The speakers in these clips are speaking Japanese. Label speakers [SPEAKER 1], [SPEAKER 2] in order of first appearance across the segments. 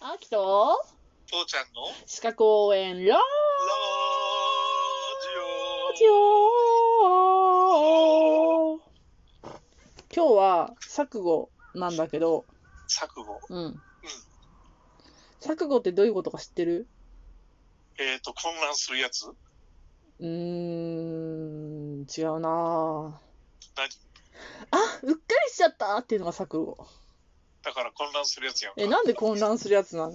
[SPEAKER 1] あきと
[SPEAKER 2] 父ちゃんのラ
[SPEAKER 1] 鹿公園ラ
[SPEAKER 2] ジ
[SPEAKER 1] ジオ今日は錯誤なんだけど、
[SPEAKER 2] オ錯誤。
[SPEAKER 1] うん。錯誤ってどういうことか知ってる
[SPEAKER 2] えっ、と、混乱するやつ
[SPEAKER 1] うーん、違うな
[SPEAKER 2] 何
[SPEAKER 1] ぁ。あ、うっかりしちゃったっていうのが錯誤。
[SPEAKER 2] だから混乱するやつやんか。
[SPEAKER 1] え、なんで混乱するやつなの
[SPEAKER 2] え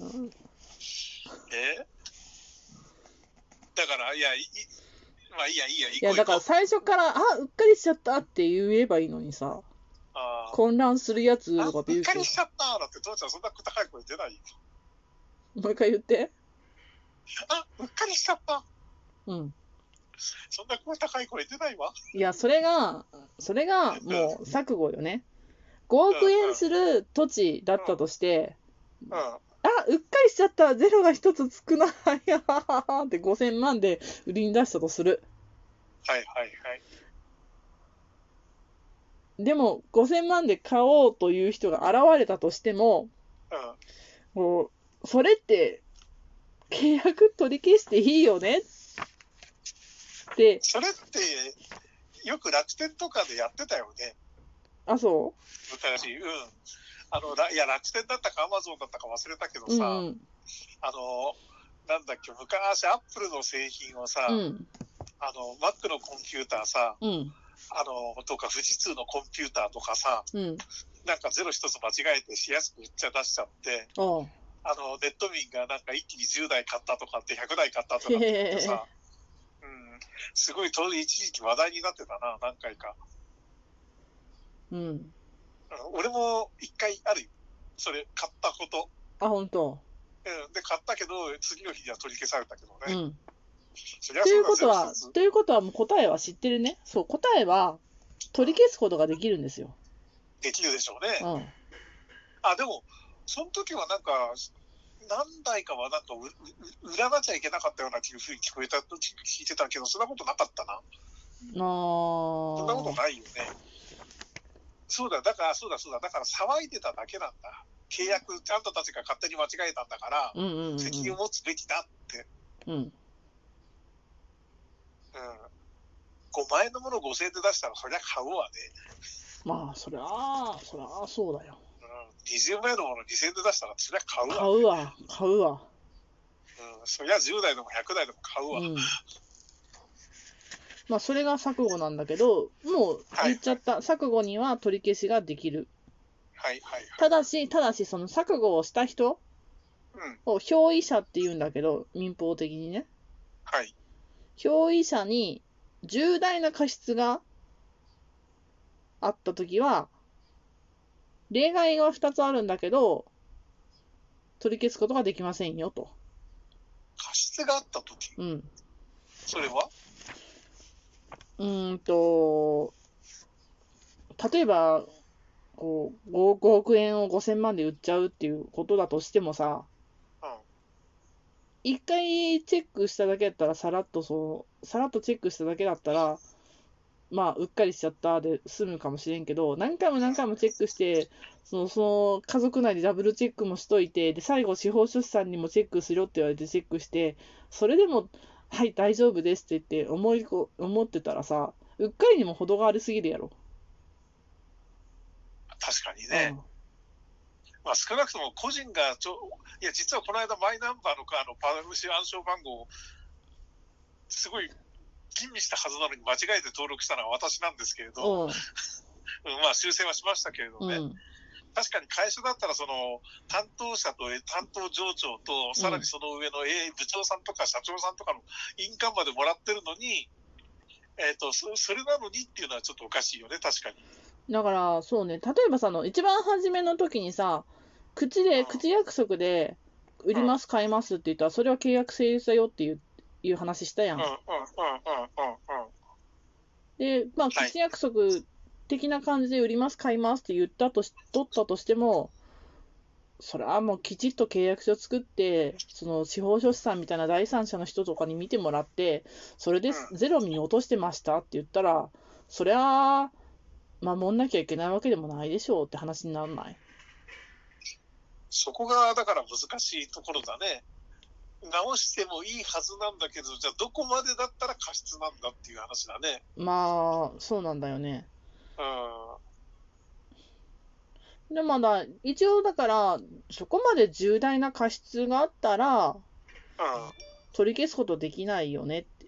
[SPEAKER 2] だから、いや、いいまあいいや、いいや、いい
[SPEAKER 1] いや、だから最初から、あ、うっかりしちゃったって言えばいいのにさ、
[SPEAKER 2] あー
[SPEAKER 1] 混乱するやつ
[SPEAKER 2] あ
[SPEAKER 1] とかって
[SPEAKER 2] う
[SPEAKER 1] 言う
[SPEAKER 2] っか
[SPEAKER 1] けど
[SPEAKER 2] りしちゃっただって、父ちゃんそんな高い声出ないよ
[SPEAKER 1] もう一回言って。
[SPEAKER 2] あ、うっかりしちゃった。
[SPEAKER 1] うん。
[SPEAKER 2] そんな高い声出ないわ。
[SPEAKER 1] いや、それが、それがもう錯誤よね。5億円する土地だったとして、
[SPEAKER 2] うん。あ
[SPEAKER 1] あ、うっかりしちゃった、ゼロが一つ少ない、 やはははって5000万で売りに出したとする。
[SPEAKER 2] はいはいはい。
[SPEAKER 1] でも、5000万で買おうという人が現れたとしても、
[SPEAKER 2] うん。
[SPEAKER 1] もう、それって、契約取り消していいよねって、
[SPEAKER 2] それって、よく楽天とかでやってたよね。
[SPEAKER 1] あ、そ
[SPEAKER 2] 昔、うん。あの、らいや、楽天だったかアマゾンだったか忘れたけど
[SPEAKER 1] うう
[SPEAKER 2] さ、
[SPEAKER 1] ん
[SPEAKER 2] あの、なんだっけ、昔アップルの製品をさ、
[SPEAKER 1] うん。
[SPEAKER 2] あの、Mac のコンピューターさ、
[SPEAKER 1] うん。
[SPEAKER 2] あの、とか、富士通のコンピューターとかさ、
[SPEAKER 1] うん。
[SPEAKER 2] なんかゼロ一つ間違えてしやすく売っちゃ出しちゃって、
[SPEAKER 1] おう
[SPEAKER 2] あの、ネット民がなんか一気に10台買ったとかって100台買ったとかって言ってさ、うん、すごい当時一時期話題になってたな、何回か。
[SPEAKER 1] うん。
[SPEAKER 2] うん俺も一回あるよ。それ、買ったこと。
[SPEAKER 1] あ、本当。
[SPEAKER 2] うん、で、買ったけど、次の日には取り消されたけど
[SPEAKER 1] う
[SPEAKER 2] ね。
[SPEAKER 1] ん。
[SPEAKER 2] そりゃ
[SPEAKER 1] とい
[SPEAKER 2] そううだ
[SPEAKER 1] ことは
[SPEAKER 2] ゼロ一つ、
[SPEAKER 1] ということはもう答えは知ってるね。そう、答えは取り消すことができるんですよ。
[SPEAKER 2] できるでしょうね。
[SPEAKER 1] うん。
[SPEAKER 2] あ、でも、その時はなんか、何台かはなんかう、うう売らなきゃいけなかったような気ふうに聞こえた、聞いてたけど、そんなことなかったな。
[SPEAKER 1] な
[SPEAKER 2] そんなこと
[SPEAKER 1] あ。
[SPEAKER 2] ないよね。そうだ、だから、そうだ、そうだ、だから騒いでただけなんだ。契約、あんたたちが勝手に間違えたんだから、
[SPEAKER 1] うんうんうん
[SPEAKER 2] 責任を持つべきだって。
[SPEAKER 1] うん。うん。
[SPEAKER 2] うん5万円のものを5000円で出したら、そりゃ買うわね。
[SPEAKER 1] まあ、そりゃあ、そりゃあ、そうだよ。
[SPEAKER 2] うん、20万円のものを2000円で出したら、そりゃ買う
[SPEAKER 1] 買
[SPEAKER 2] わ。
[SPEAKER 1] うわ、買うわ。
[SPEAKER 2] うん、そりゃ10代でも100代でも買うわ。
[SPEAKER 1] うん。まあ、それが錯誤なんだけど、もう言っちゃった。錯誤には取り消しができる。
[SPEAKER 2] はいはい
[SPEAKER 1] ただし、ただし、その錯誤をした人
[SPEAKER 2] はい。うん、
[SPEAKER 1] を憑依者って言うんだけど、民法的にね。
[SPEAKER 2] はい。
[SPEAKER 1] 憑依者に重大な過失があったときは、例外が2つあるんだけど、取り消すことができませんよと。
[SPEAKER 2] 過失があったとき、
[SPEAKER 1] うん。
[SPEAKER 2] それは
[SPEAKER 1] うーんと、例えば、こう 5, 5億円を5000万で売っちゃうっていうことだとしてもさ、
[SPEAKER 2] うん。
[SPEAKER 1] 一回チェックしただけだったら、さらっとそう、さらっとチェックしただけだったら、まあ、うっかりしちゃったで済むかもしれんけど、何回も何回もチェックして、その、その家族内でダブルチェックもしといて、で、最後、司法書士さんにもチェックするよって言われてチェックして、それでも、はい、大丈夫ですって言って思いこ、思ってたらさ、うっかりにも程がありすぎるやろ。
[SPEAKER 2] 確かにね。まあ、少なくとも個人がちょ、いや、実はこの間、マイナンバーのか、あの、パウシ暗証番号を、すごい、吟味したはずなのに間違えて登録したのは私なんですけれ
[SPEAKER 1] う
[SPEAKER 2] ど、うんまあ修正はしましたけれど
[SPEAKER 1] ん、
[SPEAKER 2] ね、
[SPEAKER 1] うん、
[SPEAKER 2] 確かに会社だったらその担当者とえ担当上長とさらにその上の、えー部長さんとか社長さんとかの印鑑までもらってるのに、えー、とそそれなのにっていうのはちょっとおかしいよね確かに。
[SPEAKER 1] だから、そうね、例えばさ、あの一番初めの時にさ、口で、口約束で、売ります、買いますって言ったら、それは契約成立だよっていういう話したや
[SPEAKER 2] うん
[SPEAKER 1] ん
[SPEAKER 2] うん。うんうんうんうん
[SPEAKER 1] で、まあ、
[SPEAKER 2] はい
[SPEAKER 1] 口約束的な感じで、売ります、買いますって言ったとし、取ったとしても、それはもうきちっと契約書作って、その司法書士さんみたいな第三者の人とかに見てもらって、それで
[SPEAKER 2] う
[SPEAKER 1] ゼロに落としてましたって言ったら、そりゃあ、守んなきゃいけないわけでもないでしょうって話にならない。
[SPEAKER 2] そこがだから難しいところだね。直してもいいはずなんだけど、じゃあどこまでだったら過失なんだっていう話だね。
[SPEAKER 1] まあ、そうなんだよね。
[SPEAKER 2] うん。
[SPEAKER 1] で、まだ、一応だから、そこまで重大な過失があったら、
[SPEAKER 2] うん。
[SPEAKER 1] 取り消すことできないよねって。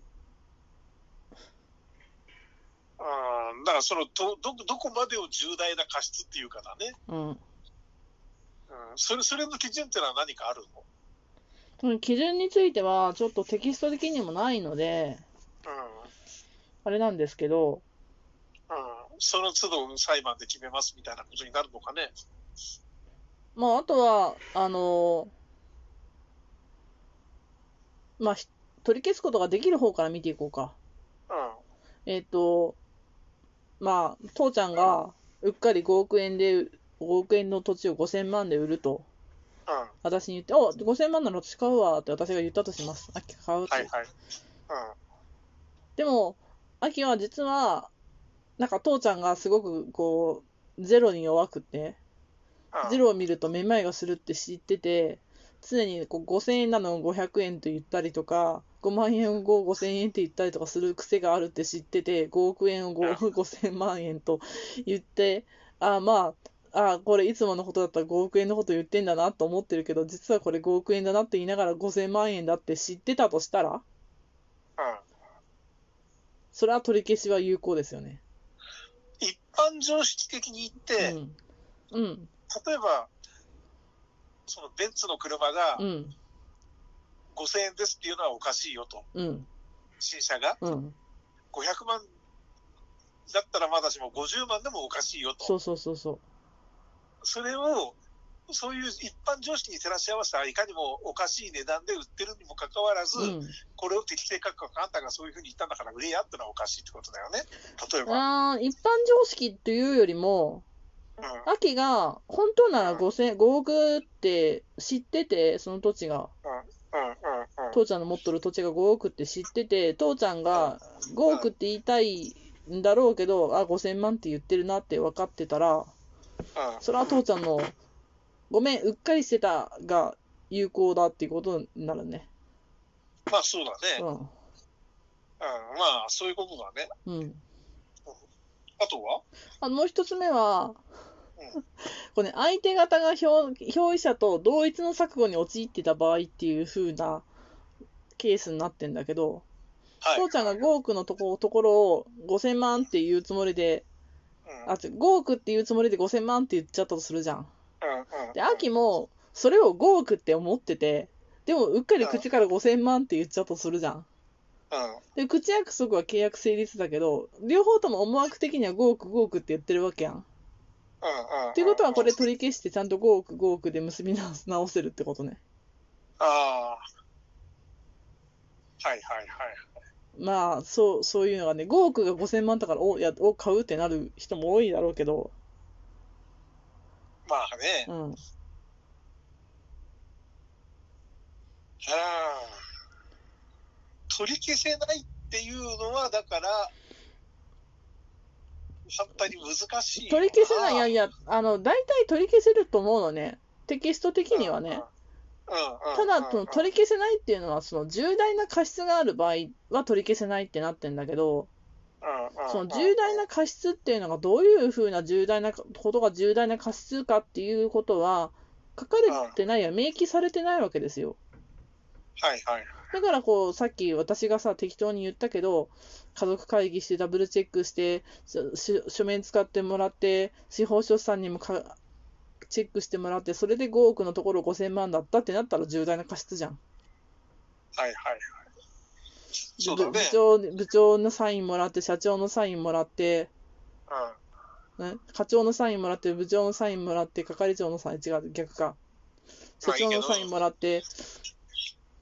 [SPEAKER 2] うん。だからそのど、ど、どこまでを重大な過失っていうかだね。
[SPEAKER 1] うん。
[SPEAKER 2] うん。それ、それの基準ってのは何かあるの
[SPEAKER 1] その基準については、ちょっとテキスト的にもないので、
[SPEAKER 2] うん。
[SPEAKER 1] あれなんですけど、
[SPEAKER 2] うんその都度裁判で決めますみたいなことになるのかね。
[SPEAKER 1] まあ、あとは、あのまあ、ひ取り消すことができる方から見ていこうか。
[SPEAKER 2] うん。
[SPEAKER 1] えっ、と、まあ、父ちゃんがうっかり5億円で、5億円の土地を5000万で売ると、
[SPEAKER 2] うん。は
[SPEAKER 1] 私に言って、お、5000万なら使うわって私が言ったとします。あき買うっ
[SPEAKER 2] いは
[SPEAKER 1] て。
[SPEAKER 2] い。
[SPEAKER 1] でも、あきは実は、なんか父ちゃんがすごくこう、ゼロに弱くて、
[SPEAKER 2] うん。
[SPEAKER 1] ゼロを見るとめまいがするって知ってて、常にこう5000円なのを500円と言ったりとか、5万円を5000円って言ったりとかする癖があるって知ってて、5億円を5 5000万円と言って、ああまあ、ああこれいつものことだったら5億円のこと言ってんだなと思ってるけど、実はこれ5億円だなって言いながら5000万円だって知ってたとしたら、
[SPEAKER 2] うん。
[SPEAKER 1] それは取り消しは有効ですよね。
[SPEAKER 2] 一般常識的に言って、
[SPEAKER 1] うん。うん。
[SPEAKER 2] 例えば、そのベンツの車が
[SPEAKER 1] うん。
[SPEAKER 2] 5000円ですっていうのはおかしいよと。
[SPEAKER 1] うん。
[SPEAKER 2] 新車が
[SPEAKER 1] うん。
[SPEAKER 2] 500万だったらまだしも50万でもおかしいよと。
[SPEAKER 1] そうそうそうそう。
[SPEAKER 2] それを、そういう一般常識に照らし合わせたいかにもおかしい値段で売ってるにもかかわらず、
[SPEAKER 1] うん。
[SPEAKER 2] これを適正価格あんたがそういうふうに言ったんだから売れやってのはおかしいってことだよね。例えば。
[SPEAKER 1] ああ、一般常識というよりも、
[SPEAKER 2] うん
[SPEAKER 1] 秋が本当なら5000、5億って知ってて、その土地が、
[SPEAKER 2] うんうんうん
[SPEAKER 1] 父ちゃんの持っとる土地が5億って知ってて、父ちゃんが5億って言いたいんだろうけど、あ、5000万って言ってるなって分かってたら、
[SPEAKER 2] うん
[SPEAKER 1] それは父ちゃんの、ごめん、うっかりしてたが有効だっていうことになるね。
[SPEAKER 2] まあそうだね。うん、
[SPEAKER 1] う
[SPEAKER 2] まあそういうことだね。
[SPEAKER 1] ん。うん。
[SPEAKER 2] あとは
[SPEAKER 1] あもう一つ目 は
[SPEAKER 2] う、
[SPEAKER 1] これね、相手方が表表意者と同一の錯誤に陥ってた場合っていう風なケースになってんだけど、
[SPEAKER 2] はい。
[SPEAKER 1] 父ちゃんが5億のとこところを5000万って言うつもりで、
[SPEAKER 2] うん
[SPEAKER 1] あ、違う5億って言うつもりで5000万って言っちゃったとするじゃん。
[SPEAKER 2] うんうん
[SPEAKER 1] で、秋もそれを5億って思ってて、でもうっかり口から5000万って言っちゃったとするじゃん。
[SPEAKER 2] うん
[SPEAKER 1] で、口約束は契約成立だけど、両方とも思惑的には5億5億って言ってるわけやん。
[SPEAKER 2] うんうん。
[SPEAKER 1] っていうことは、これ取り消して、ちゃんと5億、5億で結び直す直せるってことね。
[SPEAKER 2] ああ。はいはいはい。
[SPEAKER 1] まあ、そう、そういうのがね、5億が5000万だから、お、いや、お、買うってなる人も多いだろうけど、
[SPEAKER 2] まあね。
[SPEAKER 1] うん。
[SPEAKER 2] あー取り消せないっていうのは、だから、反対に難しい。
[SPEAKER 1] 取り消せない、いやいや、あの、大体取り消せると思うのね。テキスト的にはね。。
[SPEAKER 2] うんうんうんうん、
[SPEAKER 1] ただ、その取り消せないっていうのは、その重大な過失がある場合は取り消せないってなってんだけど、その重大な過失っていうのがどういうふうな重大なことが重大な過失かっていうことは、書かれてないや明記されてないわけですよ。
[SPEAKER 2] はいはい。
[SPEAKER 1] だからこう、さっき私がさ、適当に言ったけど、家族会議してダブルチェックして、しし書面使ってもらって、司法書士さんにもかチェックしてもらって、それで5億のところ5000万だったってなったら重大な過失じゃん。
[SPEAKER 2] はいはいはい。そうだ
[SPEAKER 1] 部
[SPEAKER 2] ね。
[SPEAKER 1] 長に部長のサインもらって、社長のサインもらって、
[SPEAKER 2] うん。
[SPEAKER 1] ね、課長のサインもらって、部長のサインもらって、係長のサイン、違う、逆か。社長のサインもらって、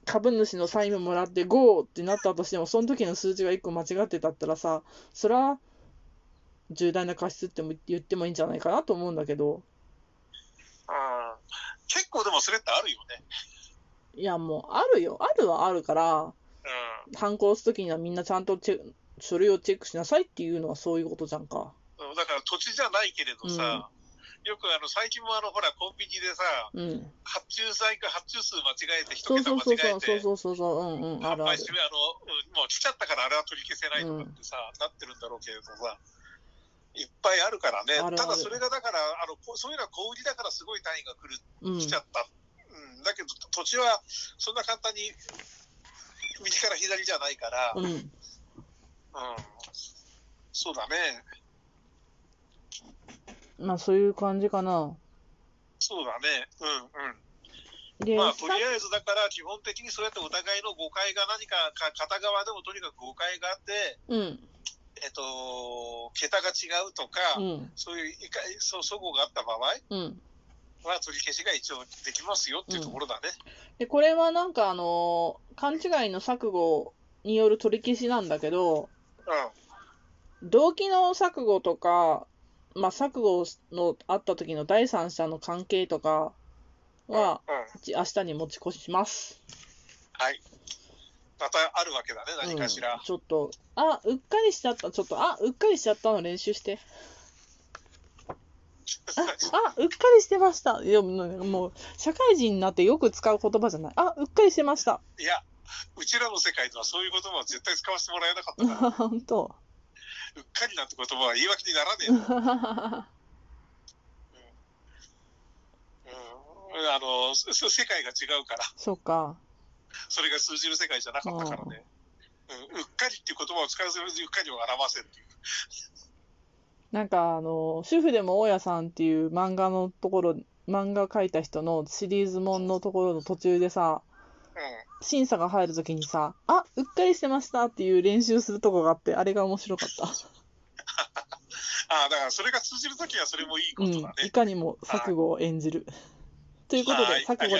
[SPEAKER 1] 株主のサインもらって、5ってなったとしても、その時の数字が1個間違ってたったらさ、それは重大な過失っても言ってもいいんじゃないかなと思うんだけど、
[SPEAKER 2] うん結構でもそれってあるよね。
[SPEAKER 1] いや、もうあるよ、あるはあるから、犯行す時にはみんなちゃんとチェ書類をチェックしなさいっていうのはそういうことじゃんか。
[SPEAKER 2] うん。だから土地じゃないけれどさ、よくあの、最近もあの、ほら、コンビニでさ、
[SPEAKER 1] うん。
[SPEAKER 2] 発注在か発注数間違えて、一
[SPEAKER 1] そう
[SPEAKER 2] 桁
[SPEAKER 1] そうそう
[SPEAKER 2] 間違
[SPEAKER 1] そ
[SPEAKER 2] え
[SPEAKER 1] う、そうそ
[SPEAKER 2] て、
[SPEAKER 1] うそうそう、うんうん、あ
[SPEAKER 2] 販
[SPEAKER 1] るあ
[SPEAKER 2] 売
[SPEAKER 1] る
[SPEAKER 2] し。め、あの、うんもう来ちゃったからあれは取り消せないとかってさ、なってるんだろうけれどさ、いっぱいあるからね。
[SPEAKER 1] あるある
[SPEAKER 2] ただそれがだから、あの、こうそういうのは小売りだからすごい単位が来る、
[SPEAKER 1] うん
[SPEAKER 2] 来。ちゃった。うん、だけど土地はそんな簡単に右から左じゃないから、うん、
[SPEAKER 1] うん。
[SPEAKER 2] そうだね。
[SPEAKER 1] まあ、そういう感じかな。
[SPEAKER 2] そうだね。うんうん。
[SPEAKER 1] で、
[SPEAKER 2] まあ、と
[SPEAKER 1] さ
[SPEAKER 2] りあえずだから、基本的にそうやってお互いの誤解が何かか、片側でもとにかく誤解があって、
[SPEAKER 1] うん、
[SPEAKER 2] えっと、桁が違うとか、
[SPEAKER 1] うん、
[SPEAKER 2] そういういかそう齟齬があった場合
[SPEAKER 1] うん。
[SPEAKER 2] は、取り消しが一応できますよっていうところだね。
[SPEAKER 1] で、これはなんかあのー勘違いの錯誤による取り消しなんだけど、
[SPEAKER 2] う
[SPEAKER 1] 動機の錯誤とか、まあ、錯誤のあった時の第三者の関係とか
[SPEAKER 2] ん。
[SPEAKER 1] は、
[SPEAKER 2] うん、
[SPEAKER 1] じ明日に持ち越します。
[SPEAKER 2] はい。またあるわけだね、何かしら。
[SPEAKER 1] うんちょっと、あ、うっかりしちゃった、ちょっと、あ、うっかりしちゃったの練習して。あ、 あうっかりしてました。いや、もうもう、社会人になってよく使う言葉じゃない。あ、うっかりしてました。
[SPEAKER 2] いや、うちらの世界ではそういう言葉は絶対使わせてもらえなかったから、
[SPEAKER 1] 本当。
[SPEAKER 2] うっかりなんて言葉は言い訳にならねえな。うん、あのそそ世界が違うから、
[SPEAKER 1] そうか。
[SPEAKER 2] それが通じる世界じゃなかったからね。うん、うっかりっていう言葉を使わずにうっかりを表せっていう。
[SPEAKER 1] なんかあの、主婦でも大家さんっていう漫画のところ、漫画描いた人のシリーズもんのところの途中でさ、
[SPEAKER 2] う
[SPEAKER 1] 審査が入るときにさ、あ、うっかりしてましたっていう練習するとこがあって、あれが面白かった。
[SPEAKER 2] ん、ああ、だからそれが通じるときはそれもいいこ
[SPEAKER 1] う
[SPEAKER 2] と
[SPEAKER 1] ん
[SPEAKER 2] だね。。
[SPEAKER 1] いかにも錯誤を演じる。ということ
[SPEAKER 2] は
[SPEAKER 1] で、
[SPEAKER 2] い
[SPEAKER 1] 錯誤で